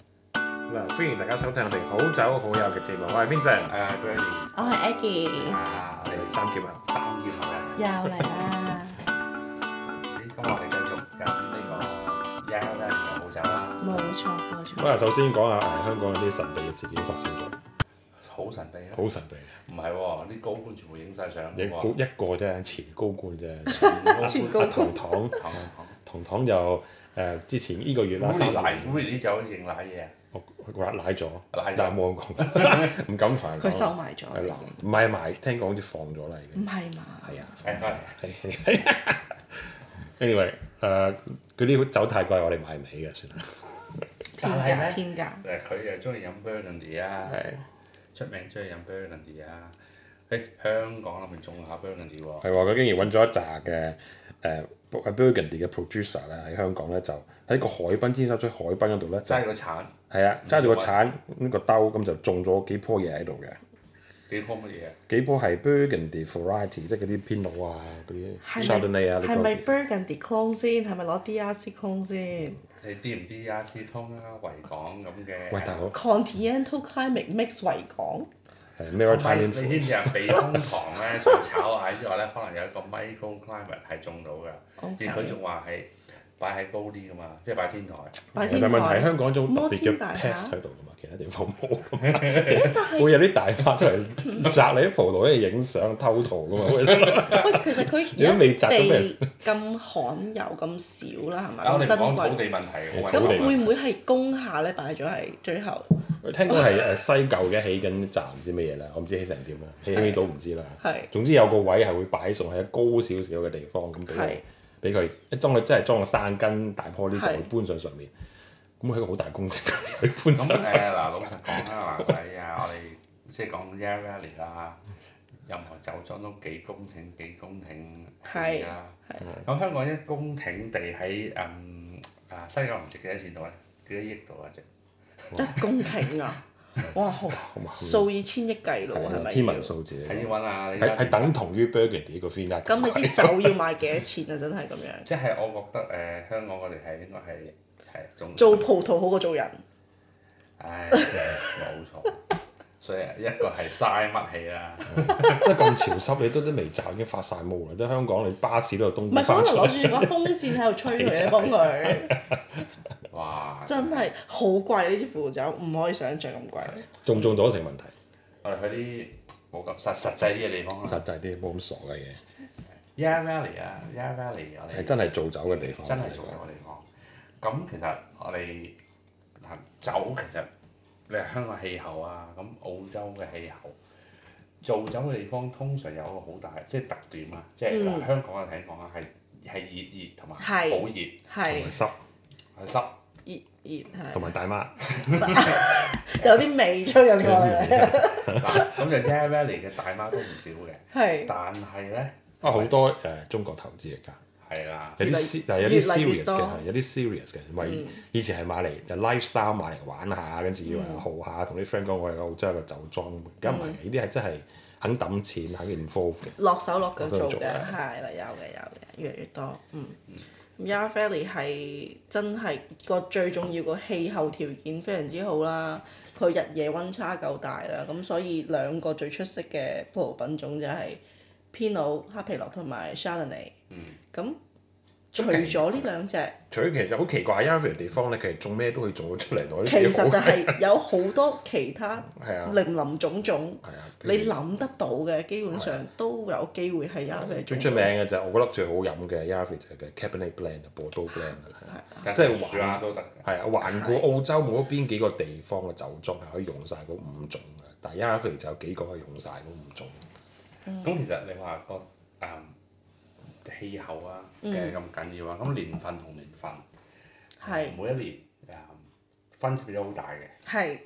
嗱，啊歡迎大家收聽我哋好酒好友嘅節目，我係 Vincent，誒 Bernie 我係 Aggie，啊，我我哋哋三劍啊，三月後咧，又嚟啦，咁我哋繼續飲呢個 Yarra 嘅好酒啦，冇錯冇咁 啊，錯，首先講下誒香港有啲神秘嘅事件發生咗，好神秘啊！好神秘，唔係喎，啲高官全部影晒相一嘅個喎，一個啫，前高官啫，啊全全啊高高阿官糖糖講講講糖糖就誒之前呢個月啦，三，Willie 奶年 Willie 酒認奶嘢啊，我我奶咗，奶但咗係冇咁講，唔敢同人講。佢收嗯埋咗，係奶，唔係埋，聽講好似放咗啦已唔經。係嘛？係啊。 係係，係 anyway，誒嗰啲酒太貴，我哋買唔起嘅算啦。天但係呢價天價，誒佢又中意飲 Burgundy 啊，係出名中意飲 Burgundy 啊，誒香港諗住種下 Burgundy 喎，係喎，佢竟然揾咗一紮嘅誒 Burgundy 嘅 producer 咧喺香港咧，就喺個海濱尖沙咀海濱嗰度咧，就齋個產係啊揸住個鏟呢個兜咁就種咗幾棵嘢喺度嘅。幾樖乜嘢啊？幾棵係 Burgundy variety，即係嗰啲 Pinot 啊，嗰啲係 Chardonnay 啊，呢咪係咪個 Burgundy clone 先？係咪攞 DRC clone 先你啲唔啲啊？斯通啊，維港咁嘅。喂大佬？Continental climate mix 維港，哦係唔係 Maritime 你知 influence 唔知啊？避風塘咧，除咗炒蟹之外咧，可能有一個 microclimate 係種到㗎，而 OK 佢仲話係擺喺高啲㗎嘛，即係擺天台。拜天但係問題台。香港有種特別摩天嘅大廈 pest 喺度㗎嘛，其他地方 冇，會有啲大花出嚟摘你啲葡萄，跟住影相偷圖㗎 嘛。會喂，其實佢 如果未而摘家到咩地咁罕有咁少啦，係咪啊，我哋咁珍講土貴？地問題係我土地咁問會唔會係工廈咧擺咗係最後？聽講係誒呃西舊嘅起緊站唔知乜嘢啦，我唔知起成點啦，起起到唔知啦。係總之有個位係會擺送喺高少少嘅地方咁俾佢係，俾佢一裝佢真係裝個生根大棵呢就係會搬上上面。咁係一個好大工程，佢搬咁上。誒嗱，老實講啦，嗱，哎呀，我哋即係講 Yarra Valley 啦，哎任何酒莊都幾公頃幾公頃係啊。咁香港一公頃地喺嗯啊西九唔值幾多錢度咧？幾多億度啊？值一公頃 啊！哇，好數以千億計咯，係啊咪？啊天文數字係嚟要講，揾啊！你係係等同於 Burgundy 呢個 f i n a 咁你 知酒要賣幾多錢啊？真係咁 樣，即係我覺得誒、呃香港我哋係應該係係仲做葡萄好過做人。唉冇錯，所以一個係嘥乜氣啦，即係咁潮濕，你都都未罩已經發晒毛啦！即係香港，你巴士都有冬 唔係啊天可翻能出嚟，攞住把風扇喺度吹佢，你幫佢，哇！真係好貴呢支葡萄酒，唔可以想象咁貴。種唔種到成問題。我哋去啲冇咁實實際啲嘅地方啦實際啲冇咁傻嘅嘢， ，Yarra Valley 啊，Yarra Valley 我係哋真係做酒嘅地方。真係做嘅地方。咁其實我哋嗱酒其實你係香港氣候啊，咁澳洲嘅氣候。做酒嘅地方通常有一個好大即係特點啊，即係嗱、嗯香港我頭先講啊，係係熱熱同埋係好同熱。係埋濕，係濕，熱熱同埋大媽。係，有啲味出緊過嚟咧。嗱咁就 Yarra Valley 嘅大媽都唔少 嘅，係但係咧啊，好多誒中國投資嚟㗎，係啦，有越啲嚟 se- 但係有啲越嚟越 serious 多嘅，係有啲 serious 嘅，因為以前係買嚟就 lifestyle 買嚟玩下，跟住以為豪下，同啲 friend 講我係澳洲有個酒莊，而家唔係，呢啲係真係肯揼錢，肯 involve 嘅。落手落腳我都做做嘅，嘅係啦，有嘅有嘅，越嚟越多。嗯，咁 y a r f a l l y 係真係個最重要個氣候條件非常之好啦，佢日夜温差夠大啦，咁所以兩個最出色嘅葡萄品種就係 Pinot 黑皮諾同埋 Chardonnay。嗯，咁除咗呢兩隻，除咗其實好奇怪 y a r v 地方咧，佢係種咩都可以種到出嚟，攞其啲實就係有好多其他係啊林林種 種，係啊，你諗得到嘅基本上都有機會係 y a r f a l l y 最出名嘅就係我覺得最好飲嘅 y a r v 就係嘅 Cabernet Blend 波多 Blend 係啊但即係係樹啊都得嘅，係啊，環顧澳洲冇咗邊幾個地方嘅酒莊係可以用晒嗰五種嘅，但係 y a r v 就有幾個可以用晒嗰五種。嗯咁其實你話個誒氣候啊嗯嘅咁緊要啊，咁年份同年份係每一年誒分別都好大嘅，係。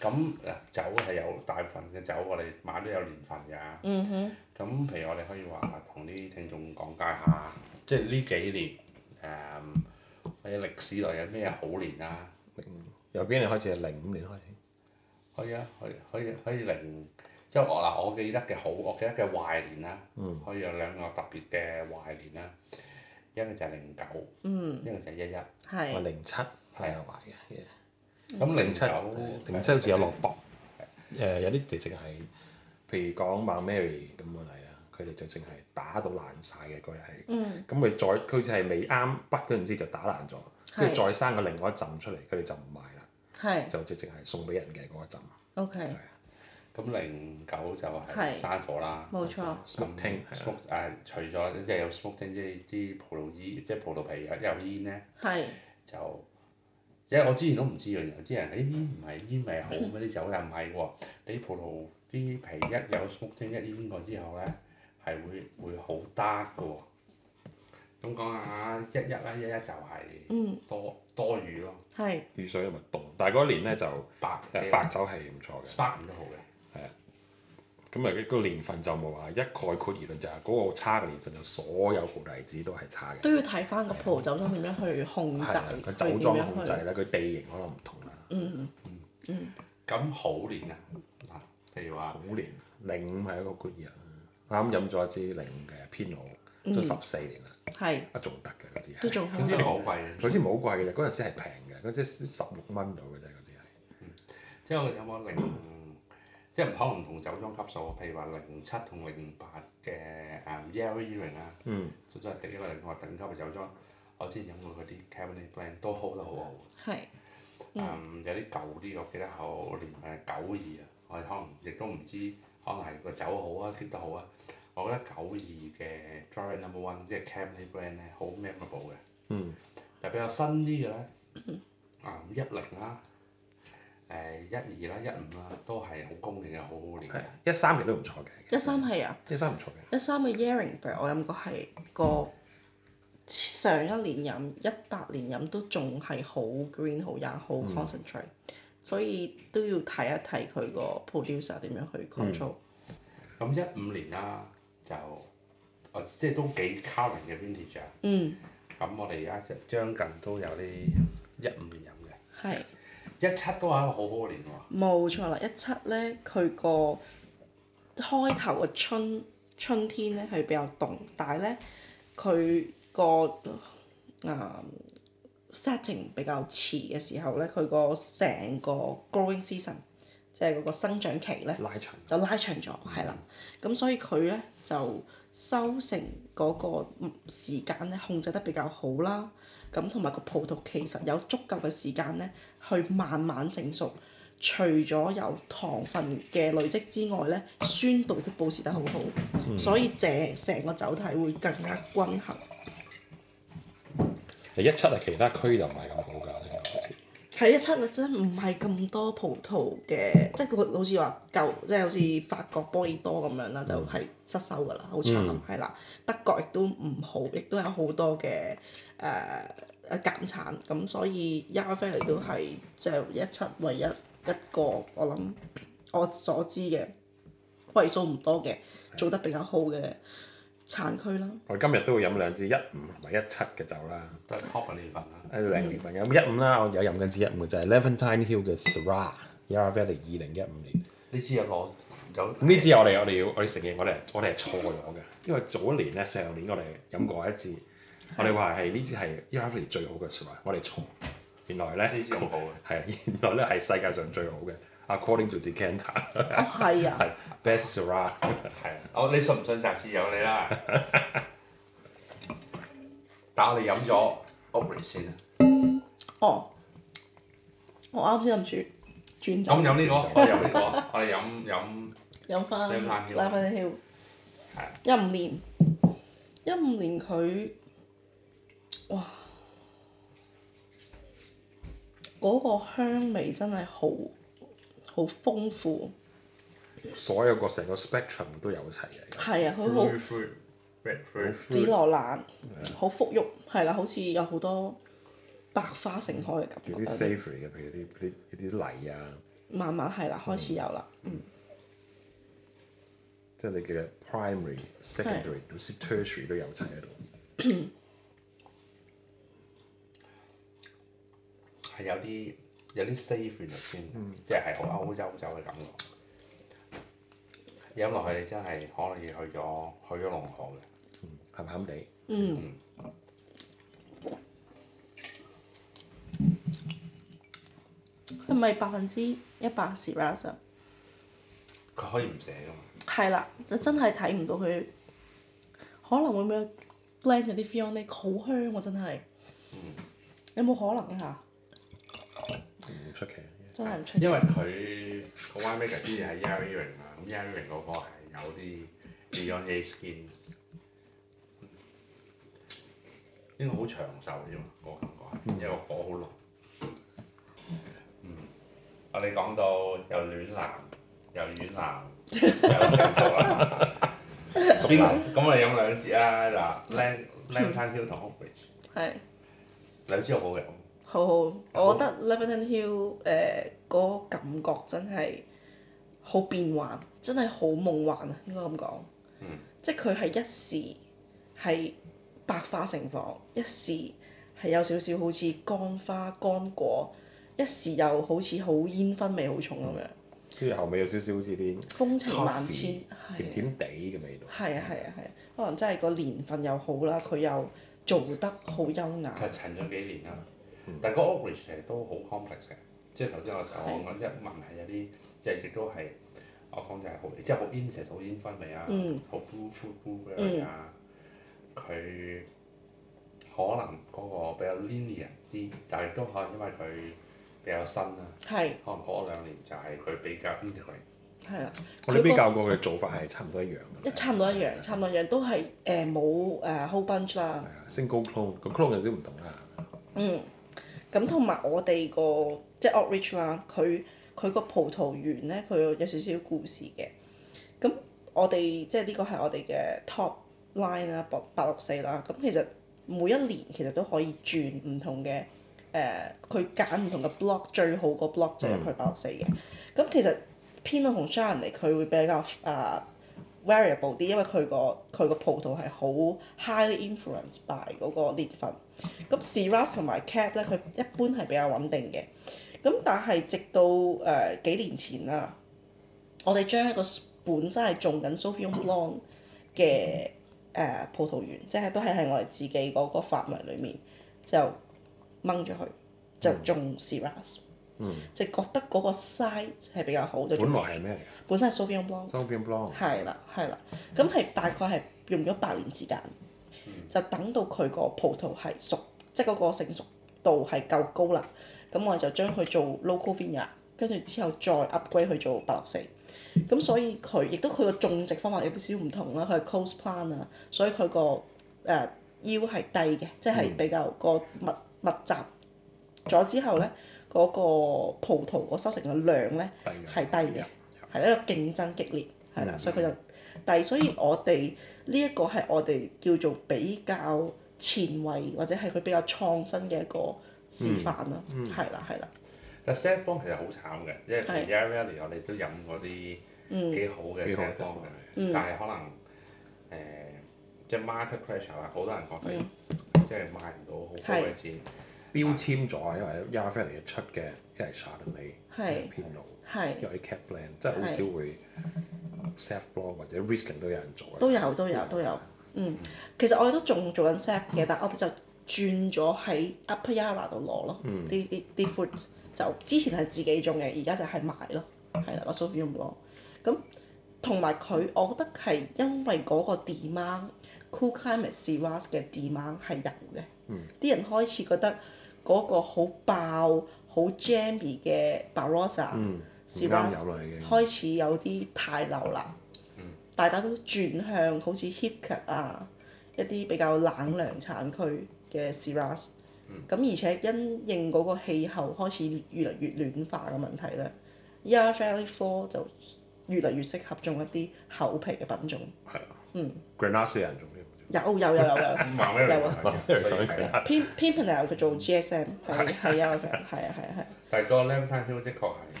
咁嗱酒係有大部分嘅酒我哋買都有年份㗎。嗯哼，咁譬如我哋可以話同啲聽眾講解下，即係呢幾年誒喺歷史內有咩好年啊？由邊年開始？零五年開始。可以啊，可以可以可以零，即係我嗱，我記得嘅好，我記得嘅壞年啦，嗯可以有兩個特別嘅壞年啦，一個就係零九，嗯，一個就係一一，我係零七係啊，壞嘅。咁零零七九零七好似有落雹，誒有啲地淨係，譬如講 Mount Mary 咁嘅例啦，佢哋就淨係打到爛晒嘅嗰日係。嗯，咁佢再佢就係未啱畢嗰陣時就打爛咗，跟住係再生個另外一浸出嚟，佢哋就唔賣啦，係就直情係送俾人嘅嗰一浸。 OK，咁零九就係係山火啦。冇錯， Smoking 係啊啦嗯 smoke 誒，除咗即係有 smoking，即係啲葡萄煙，即係葡萄皮有有煙咧，係就因為我之前都唔知嘅，有啲人誒煙唔係煙味好咩啲酒，又唔係喎。你葡萄啲皮一有 smoking 一煙過之後咧，係會會好 dark 嘅喎。咁講下一一啦，一一就嗯係多多雨咯，係雨水咪凍，但係嗰年咧就白誒白酒係唔錯嘅。 spark 都好嘅。咁啊，個年份就冇話一概括而論，就係嗰個差嘅年份就所有葡萄子都係差嘅。都要睇翻個葡萄酒莊點樣去控制，係啦，佢酒佢點莊樣控去制啦，佢地形可能唔同啦。嗯咁好年啊，嗱，譬如話好年零五係一個 good year 啦，啱飲咗一支零五嘅 p i n o 都十四年啦，係啊仲得嘅嗰支係嗯都仲好嗰啲好貴嘅。嗰支冇貴嘅，嗰陣時係平嘅，嗰支十六蚊到嘅啫，嗰支係。之後有冇零，即係可能唔同酒莊級數，譬如話零七同零八嘅誒 Yellow Earring 啊，嗯，都真係一個另外等級嘅酒莊。我之前飲過嗰啲 Cabernet Blend 都好得好好。係嗯，有啲舊啲我記得後年誒九二啊，我哋可能亦都唔知，可能係個酒好啊，keep 得好啊。我覺得九二嘅 Dry Number One 即係 Cabernet Blend 咧，好 memorable 嘅。嗯。就比較新啲嘅咧，啊一零啦，誒一二啦，一五啦，都係好公認嘅，好好年嘅嗯係。啊一三年都唔錯嘅，一三係啊，一三唔錯嘅。一三嘅 Yearing Bird 我飲過係個上一年飲，一八年飲都仲係好 green 好 young 好嗯 concentrate，所以都要睇一睇佢個 producer 點樣嗯去 control。咁一五年啦，就啊即係都幾 current 嘅 vintage 啊。嗯，咁我哋而家就將近都有啲一五年飲係。嘅，一七都係一個好好嘅年喎。冇錯啦，一七咧佢個開頭嘅春春天咧係比較凍，但係咧佢個啊 setting 比較遲嘅時候咧，佢個成個 growing season 即係嗰個生長期咧拉長就拉長咗，係啦。咁所以佢咧就收成嗰個時間咧控制得比較好啦。咁同埋個葡萄其實有足夠嘅時間咧去慢慢成熟。除咗有糖分嘅累積之外咧，酸度亦都保持得好好，所以這成個酒體會更加均衡。一七啊，其他區就唔係咁好㗎，我聽講好似喺一七啊，真係唔係咁多葡萄嘅，即係佢好似話舊，即係好似法國波爾多咁樣啦，就係失收㗎啦，好慘係啦。德國亦都唔好，亦都有好多嘅誒誒減產，咁所以 y a r f e l 都係即係一七唯一一個我諗我所知嘅為數唔多嘅做得比較好嘅產區啦。我今日都會飲兩支一五同埋一七嘅酒啦。都係 top 嘅年份啦。誒零年份嘅咁一五啦，我有飲緊支一五嘅就係 Levantine Hill 嘅 Syrah Yarra Valley 二零一五年。呢支有攞有咁呢支我哋我哋要我哋承認我哋我哋係錯咗嘅，因為早一年咧上年我哋飲過一支，我哋話係呢支係 Yarra Valley 最好嘅 Syrah，我哋錯。原來咧呢支好好嘅係啊原來咧係世界上最好嘅，according to Decanter 哦，係啊，係 best Syrah。係啊，我你信唔信雜誌有你 啦？但我哋飲咗 o b r i 先啊，哦，我啱先諗住轉走咁。飲呢個，我哦飲呢個，我哋飲飲有翻有翻拉翻條一五年，一五年佢哇嗰、個香味真係好好豐富，所有個成個 spectrum 都有齊嘅，係啊，佢好 blue fruit red fruit 紫羅蘭，好馥郁，係啦，好似有好多百花盛開嘅感有啲覺， savory 嘅，譬如啲啲啲泥啊，慢慢係啦，開始有啦，嗯，即係你嘅 primary、secondary、好似 tertiary 都有齊喺度。係有啲有啲 safe 入先，即係好歐洲酒嘅感覺。飲落去你真係可能要去咗去咗龍河嘅，鹹鹹地，唔係百分之一百 s i r a s 佢可以唔寫噶嘛？係啦，就真係睇唔到佢可能會唔會 blend 咗啲 Fiona 好香喎、真係。有冇可能啊？嗯唔出奇。真係唔出奇。因為佢個 winemaker 啲嘢係 Yarry Ring 啊，咁 Yarry Ring 嗰個係有啲 Beyond A Skin，應該好長壽啫嘛，我感覺係，因為個火好濃。嗯，我哋講到又暖男，又軟男，又成熟啦。邊啊咁我哋飲兩支啊！嗱 l a m l a m t a n Hill 同 h o b r i d g e 係。兩支好好飲，好好，我覺得 Lebanon Hill 誒、嗰個感覺真係好變幻，真係好夢幻啊！應該咁講，嗯即係佢係一時係百花盛放，一時係有少少好似乾花乾果，一時又好似好煙燻味好重咁樣，跟住後尾有少少好似啲風情萬 Toffee，千，係甜啊甜地嘅味道。係啊係啊係啊，可能真係個年份又好啦，佢又做得好優雅，係陳咗幾年啦。但係個 o r a g e 其實都好 complex 嘅，即係頭先我我講一問係有啲，即係亦都係我講就係好，即係好 inset 好煙燻味啊嗯，好 blue fruit blueberry 啊，佢可能嗰個比較 linear 啲，但係亦都可能因為佢比較新啦，係可能嗰兩年就係佢比較 integrate，係啦。我佢哋個比較過嘅做法係差唔多一樣㗎一啦。差唔多一樣，差唔多一樣都係誒冇誒 whole bunch 係啦。啊，single clone 個 clone 有少少唔同啦。嗯，咁同埋我哋個即係 outreach 啦，佢佢個葡萄園咧，佢有少少故事嘅。咁我哋即係呢個係我哋嘅 top line 啦，八八六四啦。咁其實每一年其實都可以轉唔同嘅誒，佢揀唔同嘅 block，最好個 block 就入去八六四嘅。咁其實 Pinot 同 s h a r n 嚟，佢會比較啊、variable 啲，因為佢個佢個葡萄係好 highly influenced by 嗰個年份。咁 Shiraz 同埋 Cab 咧，佢一般係比較穩定嘅。咁但係直到誒、呃、幾年前啦，我哋將一個本身係種緊 Sauvignon Blanc 嘅誒、呃葡萄園，即係都係喺我哋自己嗰個範圍裡面就掹咗佢，就種 Shiraz。就覺得嗰個 size 係比較好，就本種來係咩嚟本身係 Sauvignon Blanc 㗎。周邊 blog 係啦，係啦，咁係大概係用咗八年時間，就等到佢個葡萄係熟，即係嗰個成熟度係夠高啦。咁我哋就將佢做 local vineyard，跟住之後再 upgrade 去做八六四。咁所以佢亦都佢個種植方法有啲少唔同啦，佢係 close plant 啊，所以佢個誒腰係低嘅，即係比較個密密集咗之後咧，嗰、個葡萄個收成嘅量咧。低嘅。係低嘅，係一個競爭激烈，係啦，所以佢就但係所以我哋呢一個係我哋叫做比較前衞或者係佢比較創新嘅一個示範啦，係啦係啦，但 s e t b o n 其實好慘嘅，因為係 y a r r y 我哋都飲嗰啲。嗯幾好嘅幾 s 好 e l 嘅，嗯但係可能誒、即係 market pressure 啦，好多人覺嗯得即係賣唔到好高嘅錢，標籤咗啊，因為 y a f e l 出嘅一係 Chardonnay，係偏路，係一係 Cab Blend，即係好少會 Self Blog 或者 Riesling 都有人做都嘅。有都有都有，嗯，其實我哋都仲做緊 set 嗯嘅，但係我哋就轉咗喺 Upper Yara 度攞咯，嗯啲啲啲 fruit 就之前係自己種嘅，而家就係賣咯，係啦，我 s o p h i 咁同埋佢，我覺得係因為嗰個 demand cool climate s i r a s 嘅 demand 係有嘅，嗯啲、人開始覺得嗰個好爆、好 jammy 嘅 Barossa、嗯，是啱吧有啦已經。開始有啲太流啦，大家都轉向好似 Hipcat 啊一啲比較冷涼產區嘅 Shiraz，咁、而且因應嗰個氣候開始越嚟越暖化嘅問題咧 y a r Valley Floor 就越嚟越適合種一啲厚皮嘅品種，係啊。嗯。 Grenache 有人做呢有有有 有有。咁賣咩有嚟啊 講？所以係啊 p i m p e n e l 佢做 GSM 係係 y a r Valley 係啊係啊係啊，但係個 lemon t i hill 的確係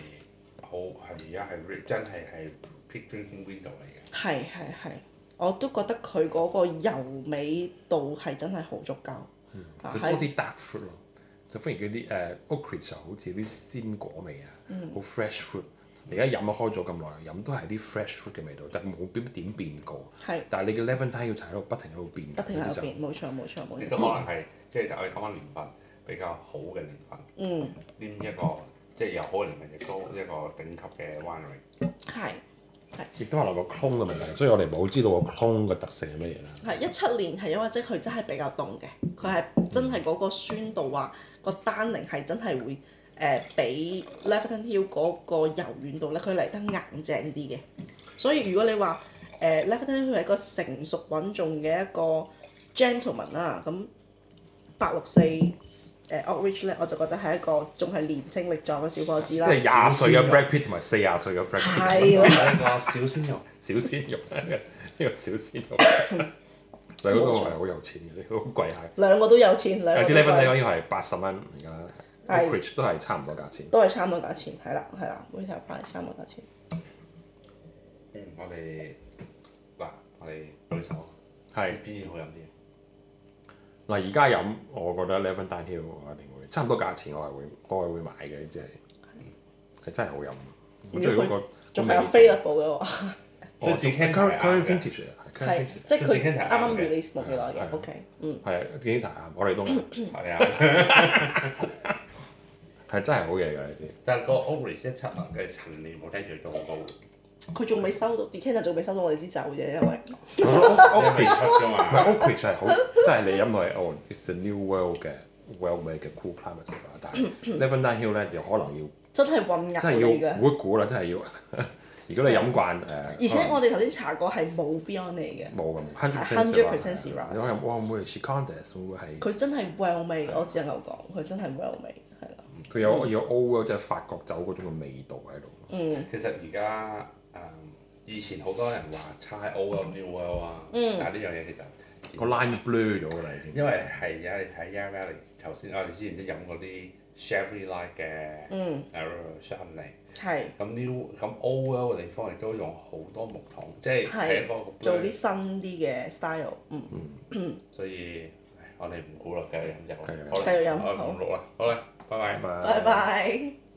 好係而家係 re- 真係係 peak drinking window 嚟嘅。係係係，我都覺得佢嗰個油美度係真係好足夠。啊嗯佢多啲 dark fruit 咯，就反而嗰啲誒 oak 就好似啲鮮果味啊，嗯好 fresh fruit。而家飲啊開咗咁耐，飲都係啲 fresh fruit 嘅味道，但冇點點變過。係但係你嘅 levantine 要就喺度不停喺度變緊，不停喺就入邊，冇錯冇錯冇亦錯都。可能係即係我哋講緊年份比較好嘅年份，嗯，黏一個即係有可能係一個一個頂級嘅 winery。係亦都可能個 clone 嘅問題，所以我哋冇知道個 clone 嘅特性係乜嘢啦。係一七年係因為即係佢真係比較凍嘅，佢係真係嗰個酸度話個單寧係真係會誒、呃比 l e f t o n Hill 嗰個柔軟度咧，佢嚟得硬淨啲嘅。所以如果你話誒 l e f t o n Hill 係一個成熟穩重嘅一個 gentleman 啦，咁八六四誒 o r i c h 咧，我就覺得係一個仲係年青力壯嘅小伙子即啦。係廿歲嘅 Brad Pitt 同埋四廿歲嘅 Brad Pitt，係啊啦。一個小鮮肉， 小鮮肉 呢個小鮮肉， 但係嗰個係好有錢嘅，呢個好貴下。啊兩個都有錢，兩我個知都呢份睇貴講要係八十蚊而家係 o r i c h 都係差唔多價錢。都係差唔多價錢，係啦係啦 w e i t e r price 差唔多價錢。嗯，我哋嗱，我哋舉手，嗯係邊啲好飲啲？嗱，而家飲我覺得 Eleven Down Hill 我一定會差唔多價錢，我係會我係會買嘅，即係係真係好飲。咁即係嗰個仲味係有 f a i l a b l e 嘅話，所以哦 Decanter current current 係啱嘅 vintage 啊係 current 係 vintage 即係所以佢 Decanter 啱係啱啱嘅 release 冇幾耐係嘅，OK，嗯，係啊幾大啊！我哋都 買係啊，係啊真係好嘢㗎呢啲。但係個 o r i g i 一七啊嘅陳年冇聽最都好高，佢仲未收到 decanter，仲未收到我哋支酒啫，因為因為 Oak 未 Ridge 出㗎唔嘛。係 Oak Ridge 係好，即係你飲落去哦，It's a new world 嘅 well made 嘅 cool climate 啊！但嗯係 Eleven Down Hill 咧，有可能要真係混淆真係嚟要嘅。估一估啦，真係要。 如果你飲慣誒，而且可能我哋頭先查過係冇 Beyond 嚟嘅，冇咁 hundred 100% percent Syrah 你可以飲哇會唔會係啊 Chicandes 會唔會係佢真係 well 味，我只能夠講佢真係 well 味，係啦，佢有有 O 即係法國酒嗰種嘅味道喺度。嗯其實而家誒，以前好多人話差 O 啊 New World 啊，嗯但係呢樣嘢其實個 line blur 咗啦已經。因為係有你睇 Yarra Valley，頭先我哋之前都飲過啲 Sherry Light 嘅嗯，誒 s h a m p a g 係咁 New 咁 O 嗰個地方亦都用好多木桶，即係係一個個做 blend 啲新啲嘅 style，嗯，所以唉我哋唔估啦，繼續飲酒繼續飲，啦好啦繼續飲我好啊唔錄啦，好啦，拜拜。拜拜拜。